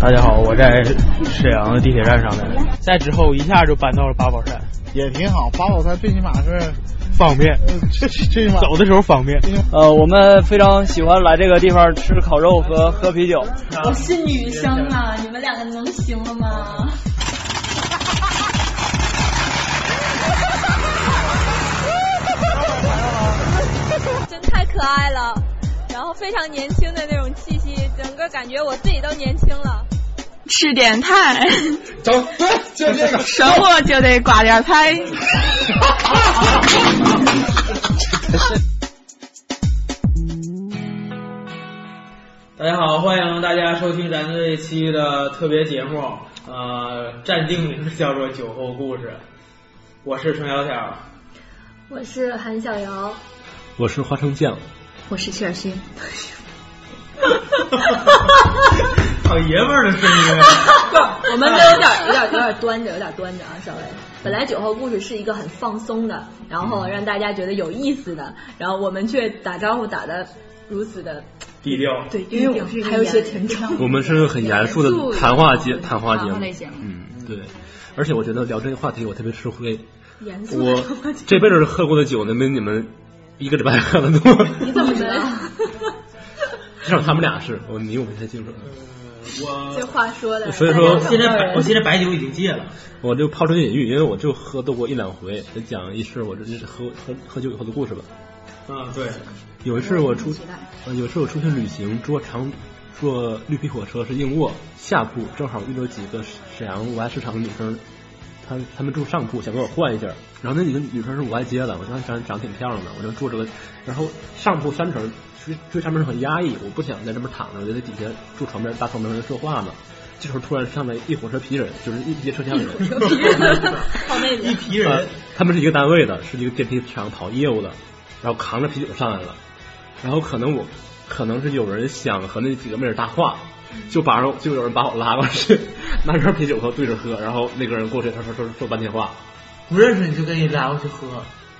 大家好，我在沈阳的地铁站上面。再之后一下就搬到了八宝山，也挺好。八宝山最起码是，方便，呃，最最起码走的时候方便。嗯呃，我们非常喜欢来这个地方吃烤肉和喝啤酒。我是女生啊，你们两个能行了吗？ 真太可爱了，然后非常年轻的那种气息，整个感觉我自己都年轻了。吃点菜，走，对，就这个。生活就得挂点菜。大家好，欢迎大家收听咱们这一期的特别节目，呃，暂定名字叫做《酒后故事》，我是程小小。我是韩小瑶， 我是花生酱，我是切尔西，老呃爷们儿的声音，啊我们都有点有点有点端着，有点端着啊，稍微。本来酒后故事是一个很放松的，然后让大家觉得有意思的，然后我们却打招呼打的如此的低调。对，因为我们是一个还有一些严甜trọng。我们是很严肃严肃的的谈话节谈话节谈话目类节目，嗯，对。而且我觉得聊这个话题我特别吃亏，严肃我的谈话节目这辈子喝过的酒呢，没你们一个礼拜喝的多。你怎么知道？ 至少他们俩是，我你我不太清楚。这我话说的，所以说现在白我现在白酒已经戒了，我就抛砖引玉，因为我就喝到过一两回。就讲一事我这是喝喝喝酒以后的故事吧。嗯，对，有一次我出嗯期待，呃，有一次我出去旅行，坐长坐绿皮火车是硬卧下铺，正好遇到几个沈阳五爱市场的女生，她她们住上铺，想跟我换一下。然后那几个女生是五爱街的，我觉得长长挺漂亮的，我就坐着了。然后上铺三层最最上面很压抑，我不想在这边躺着，我就在底下住床边大床边儿在说话呢。这时候突然上来一火车皮人，就是一节车厢里人， 好妹子一，批人呃，他们是一个单位的，是一个电梯厂跑业务的，然后扛着啤酒上来了，然后可能我可能是有人想和那几个妹儿搭话，嗯就把我就有人把我拉过去， 拿瓶啤酒和对着喝，然后那个人过去，他说说说半天话，不认识你就给你拉过去喝，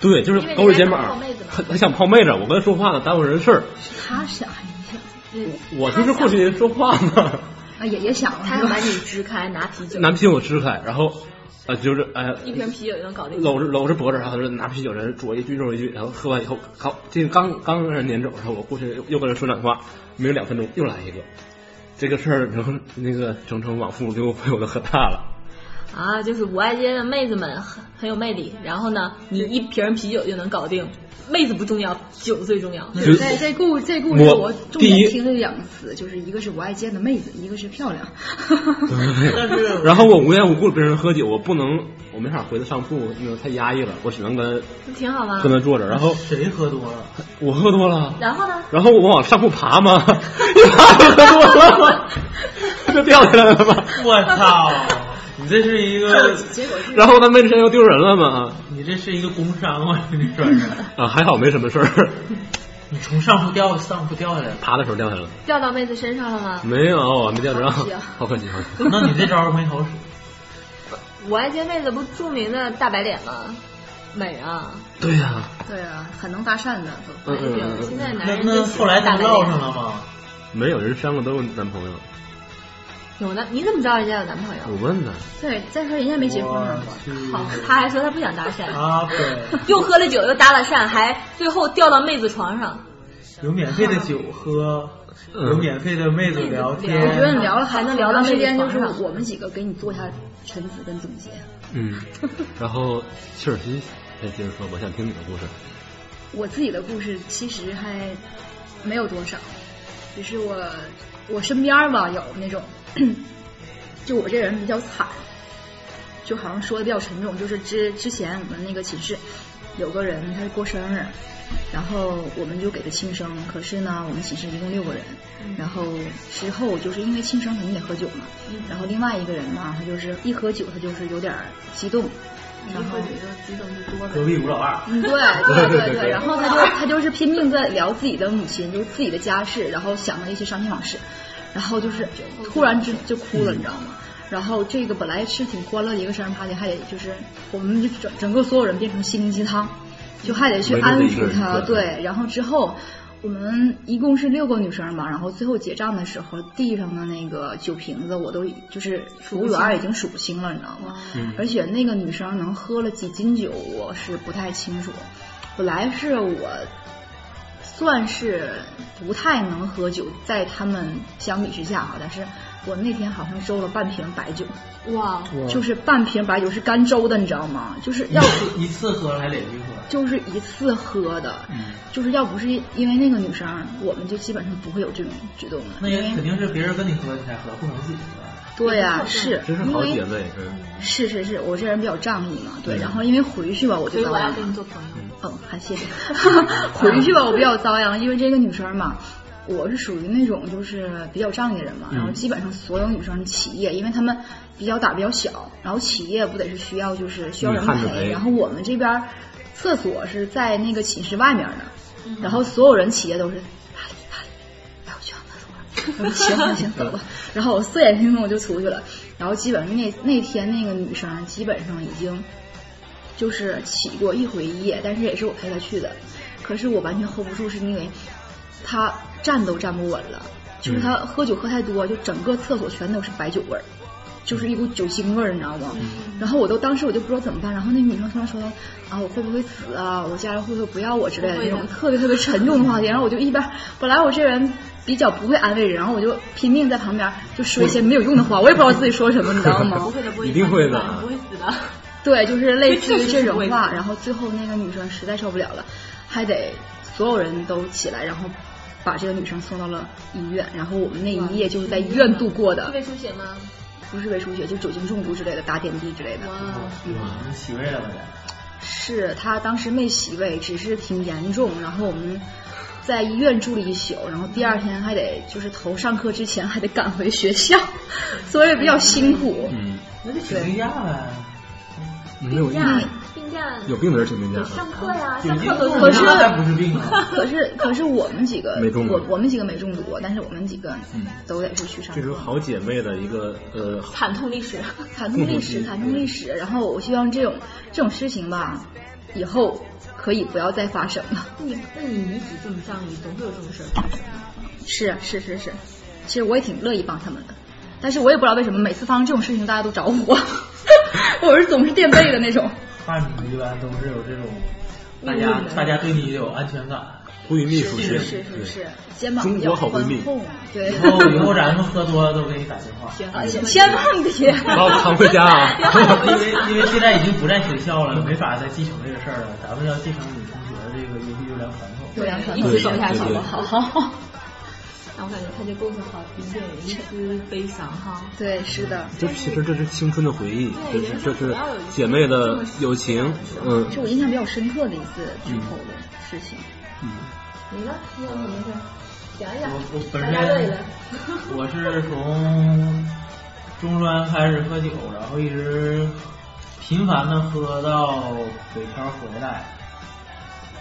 对，就是因为勾着人家肩想泡膀妹子嘛，他他想泡妹子，我跟他说话呢，耽误人事儿，他想嗯我就是过去跟人说话 嘛，啊，也也想他想把你支开，拿啤酒，拿啤酒支开，然后呃就是哎。一瓶啤酒就能搞定。搂着搂着脖子，然后就是拿啤酒人左一句右一句，然后喝完以后，好，这个刚刚让人撵走，然后我过去又又跟他说两句话，没有两分钟又来一个，这个事儿能那个整成往复六回我都喝大了，啊，就是五爱街的妹子们很很有魅力，然后呢，你一瓶啤酒就能搞定，妹子不重要，酒最重 要。就对，这嗯故这故事我我重第一点听了两次，就是一个是我爱见的妹子，一个是漂亮。嗯但是 然后我无缘无故跟人喝酒，我不能，我没法回到上铺，那个太压抑了，我只能跟不挺好啊吗跟？他坐着，然后谁喝多了？我喝多了，然后呢？然后我往上铺爬嘛，一爬就喝多了嘛， 就掉下来了嘛， 我操！你这是一 个，然后他妹子又丢人了嘛，你这是一个工伤啊！ 你这是，啊，还好没什么事儿。你从上铺掉上铺掉下来了，爬的时候掉下来了，掉到妹子身上了吗？没有，没掉着，好可惜啊好可惜，好可惜。那你这招没 好使。五爱街妹子不著名的大白脸吗？美啊！对呀、对啊，很能搭讪的都。嗯嗯嗯现嗯，在男哎那人那就后来大他白唠上脸。了吗？没有人删过都有男朋友，有的，你怎么知道人家有男朋友？我 问的，对，再说人家没结婚呢。好我，去他还说他不想搭讪，啊，对， 又喝了酒又搭了讪，还最后掉到妹子床上。有免费的酒喝，有免费的妹子聊天。嗯我觉得聊了还能聊到好长妹时子间，就是床上我们几个给你做一下陈词跟总结。嗯，然后切尔西再接着说，我想听你的故事。我自己的故事其实还没有多少，只是我我身边儿吧有那种， 就我这人比较惨，就好像说的比较沉重，就是之之前我们那个寝室有个人他过生日，然后我们就给他庆生，可是呢我们寝室一共六个人，然后之后就是因为庆生肯定得喝酒嘛，然后另外一个人嘛他就是一喝酒他就是有点儿激动，然后。隔壁吴老二，嗯，对对对对，然后他就他就是拼命在聊自己的母亲，就是自己的家事，然后想到一些伤心往事，然后就是突然就就哭了，你知道吗？然后这个本来是挺欢乐的一个生日 party，还得就是我们就整整个所有人变成心灵鸡汤，就还得去安围着这一个抚人他，对对，然后之后我们一共是六个女生嘛，然后最后结账的时候，地上的那个酒瓶子我都就是服务员已经数不清了，你知道吗？嗯而且那个女生能喝了几斤酒，我是不太清楚。本来是我算是不太能喝酒，在他们相比之下哈，但是我那天好像周了半瓶白酒，哇，就是半瓶白酒是干周的，你知道吗？就是要 一次喝还是连嗯续喝？就是一次喝的，嗯就是要不是因为那个女生，我们就基本上不会有这种举动那的。也因肯为定是别人跟你喝你才喝，不可能自己喝。对呀、是真是因好姐为妹，嗯，是是是，我这人比较仗义嘛，对。嗯然后因为回去吧，我所就以遭我殃要跟你做朋友。嗯，还谢谢。 回去吧，我比较遭殃，因为这个女生嘛，我是属于那种就是比较仗义的人嘛，然后基本上所有女生企业，因为她们比较胆儿比较小，然后企业不得是需要就是需要人嗯看着陪然后我们这边儿厕所是在那个寝室外面的，然后所有人企业都是大力大力，哎，我去上厕所。 我说行行行，走吧。然后我四眼星星我就出去了，然后基本上那那天那个女生基本上已经就是起过一回一夜，但是也是我陪她去的，可是我完全 hold 不住，是因为她站都站不稳了，嗯就是她喝酒喝太多，就整个厕所全都是白酒味儿。就是一股酒精味儿，你知道吗？嗯然后我都当时我就不知道怎么办，然后那女生突然说啊，我会不会死啊？我家人会不会不要我之类的不那会的种特别特别沉重的话题，然后我就一边本来我这人比较不会安慰人，然后我就拼命在旁边就说一些没有用的话，我也不知道自己说什么，你知道吗 不？会的，不会一定会的不会死 的。对，就是类似于这确实是种会话，然后最后那个女生实在受不了了，还得所有人都起来，然后把这个女生送到了医院，然后我们那一夜就是在医院度过的是，胃出血吗？不是胃出血，就酒精中毒之类的，打点滴之类的。哇，哇，你洗胃了吧？是他当时没洗胃，只是挺严重，然后我们在医院住了一宿，然后第二天还得就是头上课之前还得赶回学校， 所以比较辛苦。嗯，那就请病假呗。没有病假，病假有病的人请病假得，上课呀，酒上精课都中是毒可是那还不是病啊？可是可是我们几个没中毒我我们几个没中毒，但是我们几个嗯都得是去上这课。是好姐妹的一个呃，惨痛历史。惨痛历史，惨痛历史。然后我希望这种这种事情吧，以后可以不要再发生了。你那你女子这么仗义，总会有这种事儿发生。是啊是是是，其实我也挺乐意帮他们的，但是我也不知道为什么每次发生这种事情，大家都找我， 我是总是垫背的那种。汉女一般都是有这种，大家大家对你有安全感。闺蜜属是性，是是对是，肩膀中比较国好闺宽蜜厚嘛，对以，后以后咱们喝多了都给你打电话。行，千万别。把我扛回 家啊！ 因为因为现在已经不在学校了，没法再继承这个事儿了。咱们要继承女同学的这个优秀优良传统。有两传一统起走下去对对对吧。 好好好，那我感觉他这故事好经典，一丝悲伤哈。对，是的， 这其实这是青春的回忆，这对是人这生是总要有一姐妹的友情，嗯是我印象比较深刻的一次剧透的事情。嗯，你呢？你有什么事儿？讲一讲我我，本大身家乐一乐。我是从中专开始喝酒，然后一直频繁的喝到北漂回来。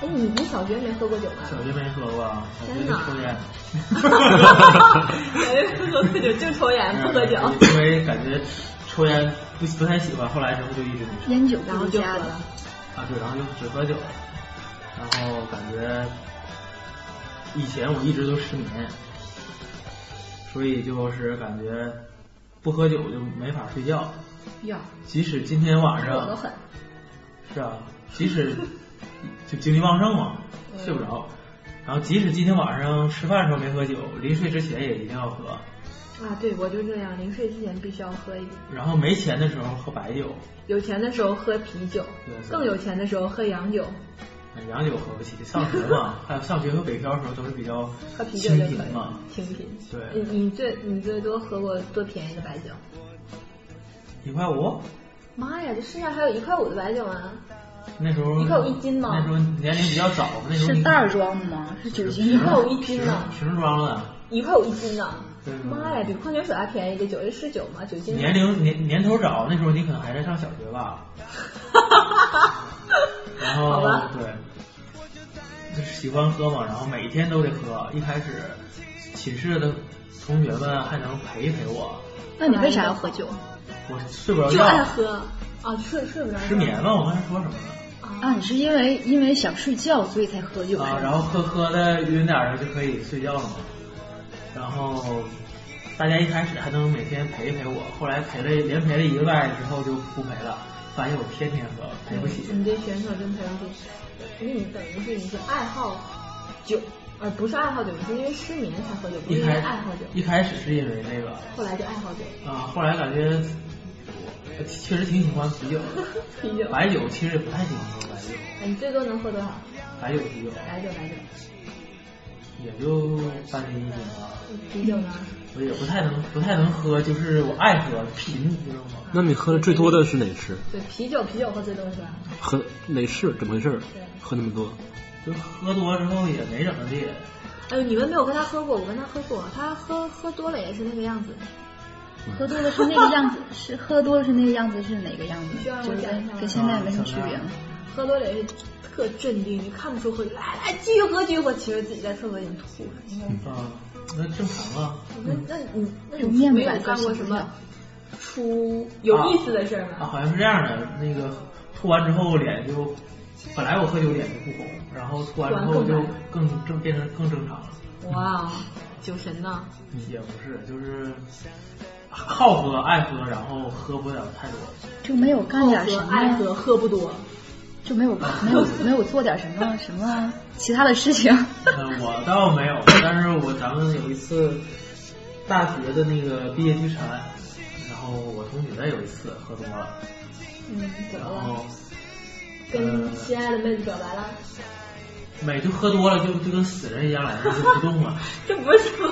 哎，你你小学没喝过酒吗？小学没喝过啊，小学就抽烟。 不喝酒就抽烟，不喝酒。因为感觉抽烟不不太喜欢，后来之后就一直没抽。烟酒然不后离就喝家的，了。啊，对，然后就只喝酒，然后感觉以前我一直都失眠，所以就是感觉不喝酒就没法睡觉。呀，即使今天晚我都上很。是啊，即使就精力旺盛嘛，睡不着。然后即使今天晚上吃饭的时候没喝酒，临睡之前也一定要喝。啊，对，我就这样，临睡之前必须要喝一点。然后没钱的时候喝白酒，有钱的时候喝啤酒对，更有钱的时候喝洋酒。洋酒喝不起。上学嘛，还有上学和北漂的时候都是比较喝啤酒清就可以嗯贫嘛，，清贫。对你你最你最多喝过多便宜的白酒？一块五。妈呀，这世上还有一块五的白酒吗？那时候一块五一斤吗那时候年龄比较早，那时候是你袋儿装的吗？是酒精一块装五一斤呢？瓶装的。一块五一斤呢对？妈呀，比矿泉水还便宜，这酒这是酒吗？酒精？年龄年年头早，那时候你可能还在上小学吧。然 好后吧对，就是喜欢喝嘛，然后每天都得喝。一开始寝室的同学们还能陪陪我，的？那你为啥要喝酒？我睡不着就爱觉，喝啊，睡睡不着觉。失眠嘛。我刚才说什么了？啊，啊，你是因为因为想睡觉所以才喝酒 啊，是然吗？后喝喝的晕点儿了就可以睡觉了嘛。然后大家一开始还能每天陪一陪我，后来陪了连陪了一个半月之后就不陪了，发现我天天喝，陪哎不起。你这选手真陪不起，因为你等于是你是爱好酒，而不是爱好酒，你是因为失眠才喝酒，不是一因为开爱好酒，一开始是因为那个后来就爱好酒，啊，后来感觉呃确实挺喜欢啤 酒的，啤酒。白酒其实也不太喜欢喝白酒，哎你最多能喝多少？白酒啤酒白酒，白酒。也就半斤一斤吧。啤酒呢？我也不太能不太能喝，就是我爱喝贫，你知道吗？那你喝的最多的是哪支？对，啤酒，啤酒喝最多是吧？喝哪是怎么回事儿？喝那么多？就喝多之后也没怎么地，哎呦，你们没有跟他喝过，我跟他喝过，他喝喝多了也是那个样子。喝多了是那个样子，是喝多了是那个样子是哪个样子？需要就我是讲一跟下吗跟现啊在没什么区别吗？喝多了也是特镇定，你看不出喝酒，来来继续喝继续喝，其实自己在厕所已经吐了。你看啊，那正常啊。那嗯那你那有你面没子嗯有吧干过这什是么出有意思的事儿啊，吗？好像是这样的，那个吐完之后脸就，本来我喝酒脸就不红，然后吐完之后就更正变成更正常了，哇，啊酒神呢？也不是，就是好喝爱喝，然后喝不了太多。就没有干好点喝什爱么，喝喝不多，就没有 没有没有做点什么什么其他的事情。呃，我倒没有，但是我咱们有一次大学的那个毕业聚餐，然后我同学有一次喝多了，嗯，怎然么了？后呃跟心爱的妹子表白了？每就喝多了就就跟死人一样，来就不动了。 这不是什么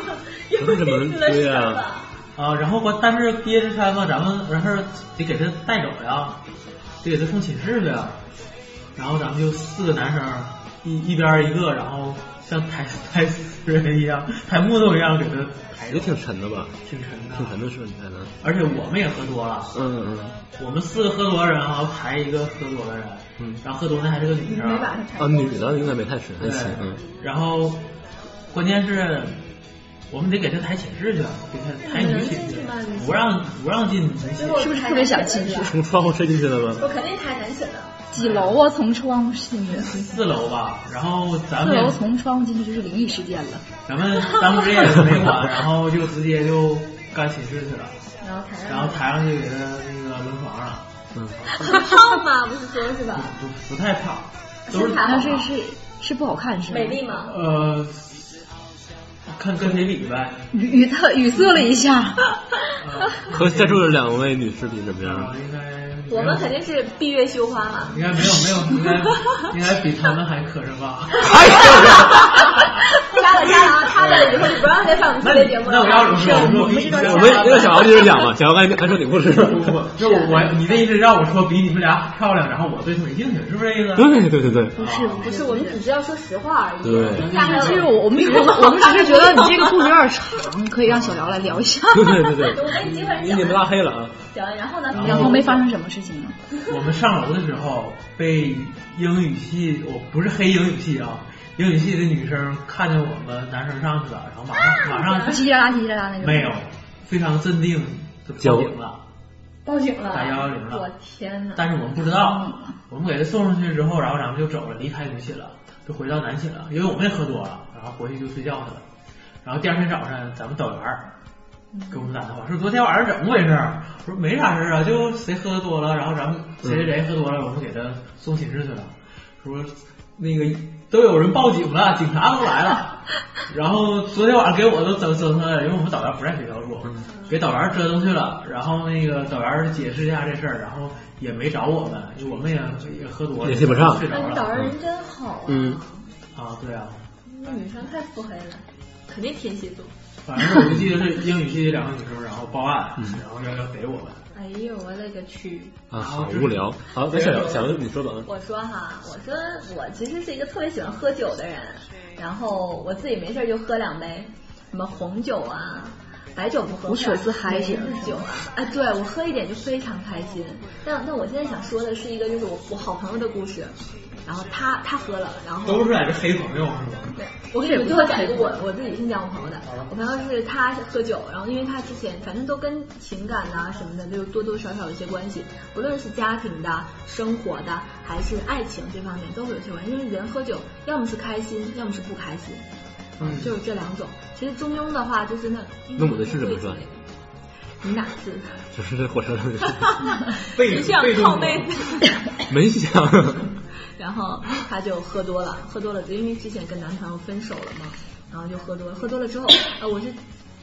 有意思的事儿吧？啊，然后我但是毕业之餐嘛，咱们然后得给他带走呀，得给他送寝室去呀。然后咱们就四个男生一一边儿一个，然后像抬 抬死人一样，抬木头一样给他抬也着，挺沉的吧？挺沉的，挺沉的是你才能。而且我们也喝多了，嗯嗯我们四个喝多的人啊，抬一个喝多的人，嗯然后喝多的还是个女生，没把他抬嗯。啊，女的应该没太沉，还对行。嗯，然后关键是，我们得给他抬寝室去，给他抬女寝室，不让不让进女寝最。后是不是特别想进去去？从窗户飞进去了吗？啊我肯定太难写了。几楼啊？从窗户进去，四四楼吧，然后咱们楼从窗户进去就是灵异事件了。咱们当时也没管，然后就直接就干寝室去了，然后抬然后抬上去给他那个轮床上，嗯， 很胖嘛，不是说是吧？不不太胖，都是身材但好是是是不好看是吗？美丽嘛，呃，看跟谁比呗，语语特语塞了一下，呃，和在座的两位女士比怎么然后样？应该没有我们肯定是闭月羞花嘛。应该没有没有，应该应该比他们还磕碜吧。 掐了掐了啊，掐了以后就不让再上我们系那列节目了。那我要是是说，我说们比是你们说我们那个小王接着讲 吧，小王还还说你故事。不不， 就我你的意思让我说比你们俩漂亮，然后我对她没兴趣，是不是这意思？啊对对对对， 不是不不是是，我们只是要说实话而已。对听下面其实我我们只是我们只是觉得你这个故事有点 长，可以让小辽来聊一下。对对对我跟你一会儿对，你们拉黑了啊？讲，然后呢？ 然后没发生什么事情呢？我们上楼的时候被英语系，我不是黑英语系啊，英语系的女生看见我们男生上去了，然后马上马上叽里啦啦叽里啦啦那种。没有，非常镇定就报警了，报警了，打110了我天哪！但是我们不知道，我们给他送上去之后，然后咱们就走了，离开女寝了，就回到男寝了，因为我们也喝多了，然后回去就睡觉去了。然后第二天早上，咱们导员儿嗯给我们打电话说昨天晚上怎么回事儿？我说没啥事儿啊，就谁喝多了，然后咱们谁谁谁喝多了，我们给他送寝室去了。说那个都有人报警了，警察都来 了。然后昨天晚上给我都折折腾了，因为我们导员不在学校住，嗯给导员折腾去了。然后那个导员解释一下这事儿，然后也没找我们，因为我们也也喝多了，也睡不上睡着那你导了。人哎人真好啊，嗯，啊，对啊，那女生太腹黑了，肯定天蝎座。反正我就记得是英语系的两个女生，然后报案，嗯然后要要逮我们。哎呦，我勒个去！啊，好无聊。好，那小姚，小姚你说吧。我说哈，我说我其实是一个特别喜欢喝酒的人，然后我自己没事儿就喝两杯，什么红酒啊。白酒不喝，无所自嗨梅型子酒啊，哎，对我喝一点就非常开心。但但我现在想说的是一个，就是我我好朋友的故事。然后他他喝了，然后都是俺这黑朋友是吧？对，我跟你们最后讲一个我我自己新交朋友的，我朋友是他喝酒，然后因为他之前反正都跟情感呐、什么的都有多多少少有些关系，不论是家庭的、生活的还是爱情这方面都会有些关系，因为人喝酒要么是开心，要么是不开心，嗯就是这两种。其实中庸的话就是那那我的是怎么算？你哪是？就是火车上的事被你想被动靠的妹子？没想，然后她就喝多了，喝多了，就因为之前跟男朋友分手了嘛，然后就喝多了，喝多了之后，呃，我是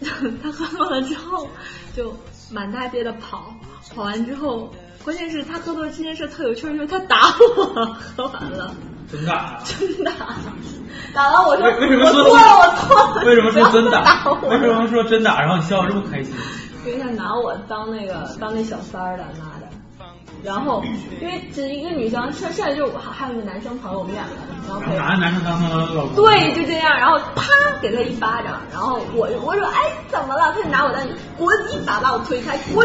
她喝多了之后就满大街的跑，跑完之后，关键是她喝多了这件事特有趣儿，就是她打我，喝完了真打？真打，打完我说为为什么我说错了，我错了，为什么说真打？打？我为什么说真打？然后你笑得这么开心？因为他拿我当那个当那小三儿的，妈的。然后，因为只一个女生，剩剩下就是我还还有一个男生朋友，我们两个，然后然陪后拿男生当成老公？对，就这样，然后啪给他一巴掌，然后我我说哎怎么了？他就拿我当滚一把把我推开滚，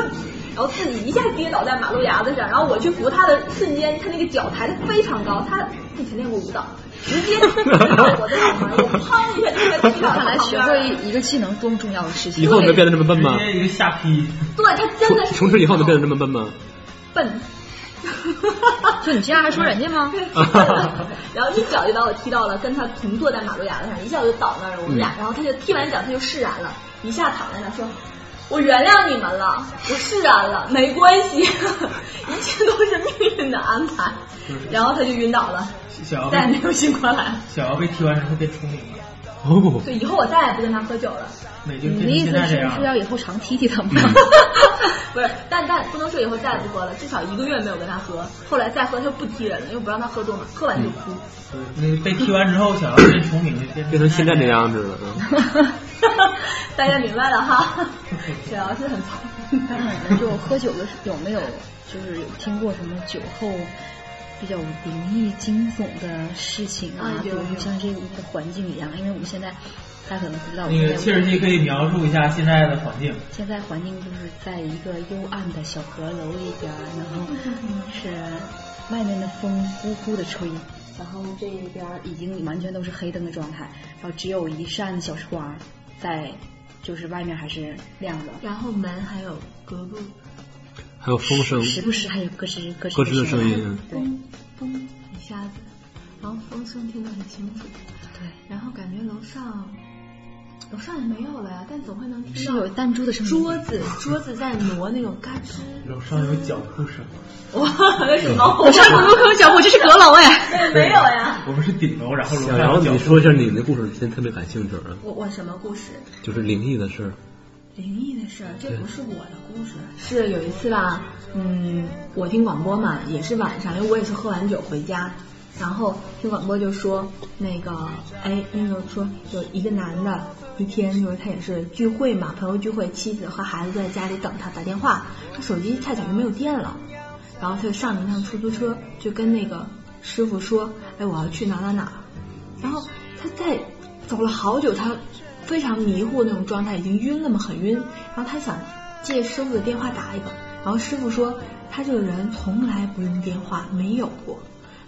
然后自己一下跌倒在马路牙子上，然后我去扶他的瞬间，他那个脚抬得非常高，他以前练过舞蹈，直接就打我的脑门，我砰一下就在地上看来学旁边会一个技能多么重要的事情。以后能变得这么笨吗直？接一个下劈。对他真的是从从此以后能变得这么笨吗？笨。就你这样还说人家吗？ 然后一脚就把我踢到了，跟他同坐在马路牙子上，一下就倒那儿了。我们俩，然后他就踢完脚，他就释然了，一下躺在那儿说：“我原谅你们了，我释然了，没关系， 一切都是命运的安排。”然后他就晕倒了，小姚再也被没有醒过来。小姚被踢完之后变聪明了，哦，所以以后我再也不跟他喝酒了。 美就你的变成意现思在这是不样是。要以后常踢踢他们？嗯不是，但但不能说以后再也不喝了，至少一个月没有跟他喝。后来再喝他就不踢人了，又不让他喝多嘛，喝完就哭。对那被踢完之后，小姚变聪 明了，变变成现在这。样子了。嗯 大家明白了 哈，小姚是很聪明那的。你们就喝酒的时有没有就是有听过什么酒后比较灵异惊悚的事情啊？啊比有如有像这个环境一样，因为我们现在大家可能不知道，我那个们切尔现在西可以描述一下现在的环境，现在环境就是在一个幽暗的小阁楼里边儿，然后是外面的风呼呼的吹，然后这边儿已经完全都是黑灯的状态，然后只有一扇小窗儿在，就是外面还是亮着。然后门还有格格，还有风声，时不时还有咯吱咯吱咯吱的声音。嗯对嘣嘣一下子，然后风声听得很清楚，对，然后感觉楼上楼上也没有了呀，但总会能听是到有弹珠的声音。桌子桌子在挪那种嘎吱，楼上有脚步声。 哇，那是猫，我上次都跟我讲过，这是阁楼哎。没有呀。我们是顶楼，然后楼小上姚，有脚你步说一下你的故事，现在特别感兴趣啊，我我什么故事？就是灵异的事儿。灵异的事儿，这对不是我的故事。啊是有一次吧，嗯，我听广播嘛，也是晚上，因为我也是喝完酒回家，然后听广播就说那个，哎，那个说有一个男的，一天就是他也是聚会嘛，朋友聚会，妻子和孩子在家里等他打电话，他手机恰巧就没有电了，然后他就上了一趟出租车，就跟那个师傅说，哎，我要去哪哪哪，然后他在走了好久，他非常迷糊那种状态，已经晕了嘛，很晕。然后他想借师傅的电话打一个，然后师傅说他这个人从来不用电话，没有过。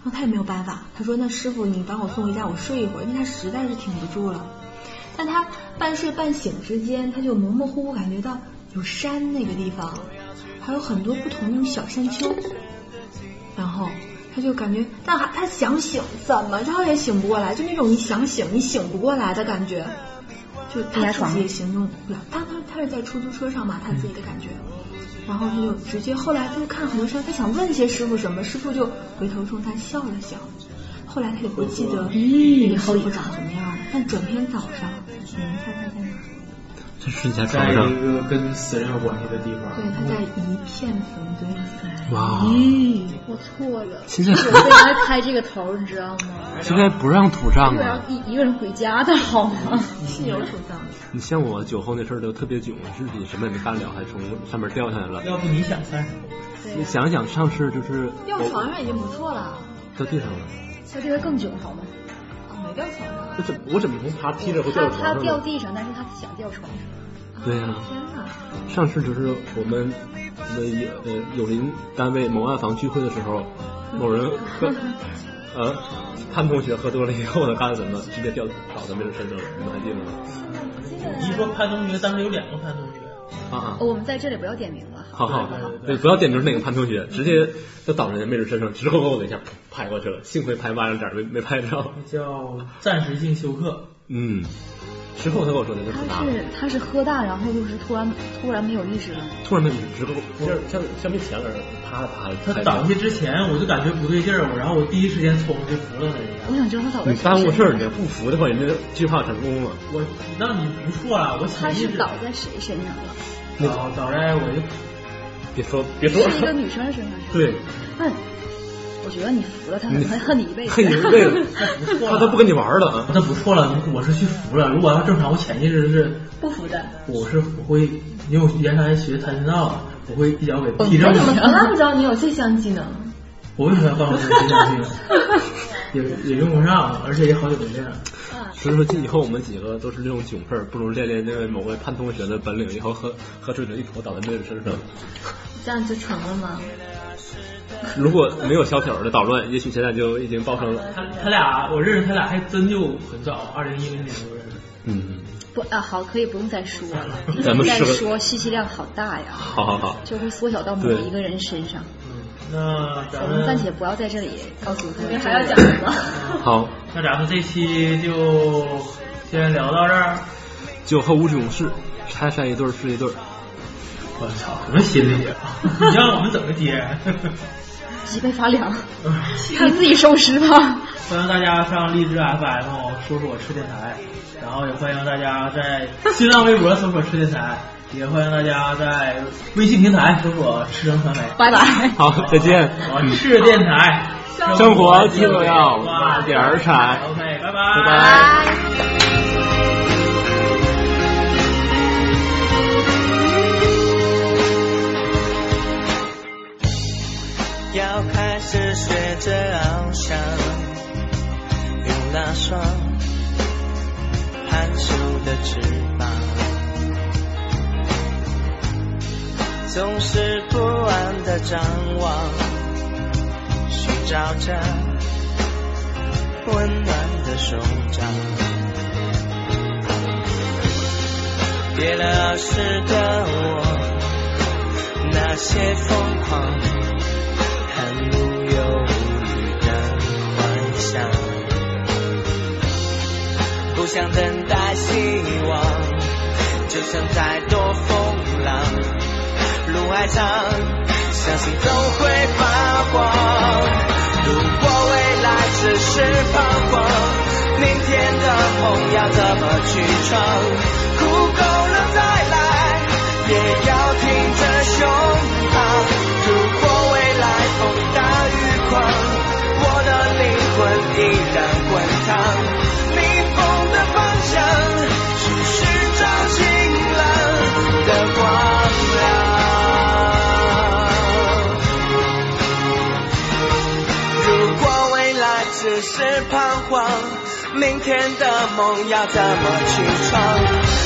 然后他也没有办法，他说那师傅你把我送回家，我睡一会儿，因为他实在是挺不住了。但他半睡半醒之间，他就模模糊糊感觉到有山那个地方，还有很多不同的小山丘。然后他就感觉，但还他想醒，怎么着也醒不过来，就那种你想醒你醒不过来的感觉，就他自己也形容不了。但他他是在出租车上嘛，他自己的感觉。然后他就直接，后来他就看很多山，他想问些师傅什么，师傅就回头冲他笑了笑。后来他也不记得那个师傅长什么样了，但整天早上，你们猜他在哪儿？这是你家在床上一，个跟死人有关系的地方。对，他在一片坟堆里。哇！嗯我错了，现在我被他开这个头，你知道吗？现在不让土葬我啊要！一一个人回家的好吗？是有土葬的，你像我酒后那事儿都特别囧，是你什么也没干了，还从上面掉下来了。要不你想干什么？你想想上次就是掉床我上已经不错了，掉地上了，他这个更囧好吗？啊，没掉床上。我怎么我怎么从爬梯子会掉到他床他上掉呢？地上，但是他想掉床上。对啊呀天哪！上次就是我们 我们有呃友邻单位某暗房聚会的时候，某人喝呃，他们同学喝多了以后的干什么？直接掉倒在那个身上了，你们还记得吗？你一说潘同学，当时有两个潘同学，啊啊！哦我们在这里不要点名了，好好对对，对对，不要点名哪个潘同学，直接就倒人家妹子身上，直勾勾的一下拍过去了，幸亏拍巴掌点儿没没拍着。叫暂时性休克。嗯，之后他跟我说的就是他大了是他是喝大，然后就是突然突然没有意识了，突然没直勾，像像像没钱了似的，啪啪他拍倒着下之前，我就感觉不对劲儿，我然后我第一时间冲过去扶了他一我下。想知道他倒在你谁耽误身事儿，上你不服的话，人家惧怕成功了。我让你不错了，我他潜意是识倒在谁身上了？倒倒在我就别说别说，是一个女生身上。 对，那我觉得你服了他，你恨恨你一辈子。恨你一辈 子不错了他都不跟你玩了啊。那不错了，我是去扶了。如果要正常，我潜意识是不服的，我是我会，因为我原来学跆拳道，我会一脚给我踢怎正么从 了。来不知道你有这项技能？我为什么要告诉你这东西？也也用不上，而且也好久没练了。所以说，以后我们几个都是这种囧事儿，不如练练那个某位潘同学的本领，以后喝喝醉酒一头倒在妹子身上。嗯这样就成了吗？如果没有小小的捣乱，也许现在就已经爆成了。他他俩，我认识他俩还真就很早，二零一零年就认识。嗯，不啊，好，可以不用再说了。 咱们再适合说信息量好大呀，好好好，就会缩小到某对一个人身上。那咱我们们暂且不要在这里告诉他。你还要讲什么？ 好，那咱们这期就先聊到这儿。酒后无囧事，拆散一对儿是一对儿。我操，什么心理啊？ 你让我们怎么接？ 脊背发凉， 你自己收拾吧。欢迎大家上荔枝 FM 搜索“吃电台”，然后也欢迎大家在新浪微博搜索“吃电台”，也欢迎大家在微信平台搜索“吃成传媒拜拜。好，再见。”。我嗯是电台，生活就要慢慢点儿踩 OK，拜拜，拜拜。要开始学着翱翔，用那双含羞的翅膀，总是不安的张望，寻找着温暖的手掌。别了时的我，那些疯狂。看无忧无虑的幻想，不想等待希望，就算再多风浪，路还长，相信总会发光。如果未来只是彷徨，明天的梦要怎么去闯？哭够了再来，也要挺着胸膛。如果未来风大雨狂，我的灵魂依然滚烫。逆风的方向是寻找晴朗的光亮。如果未来只是彷徨，明天的梦要怎么去闯？哦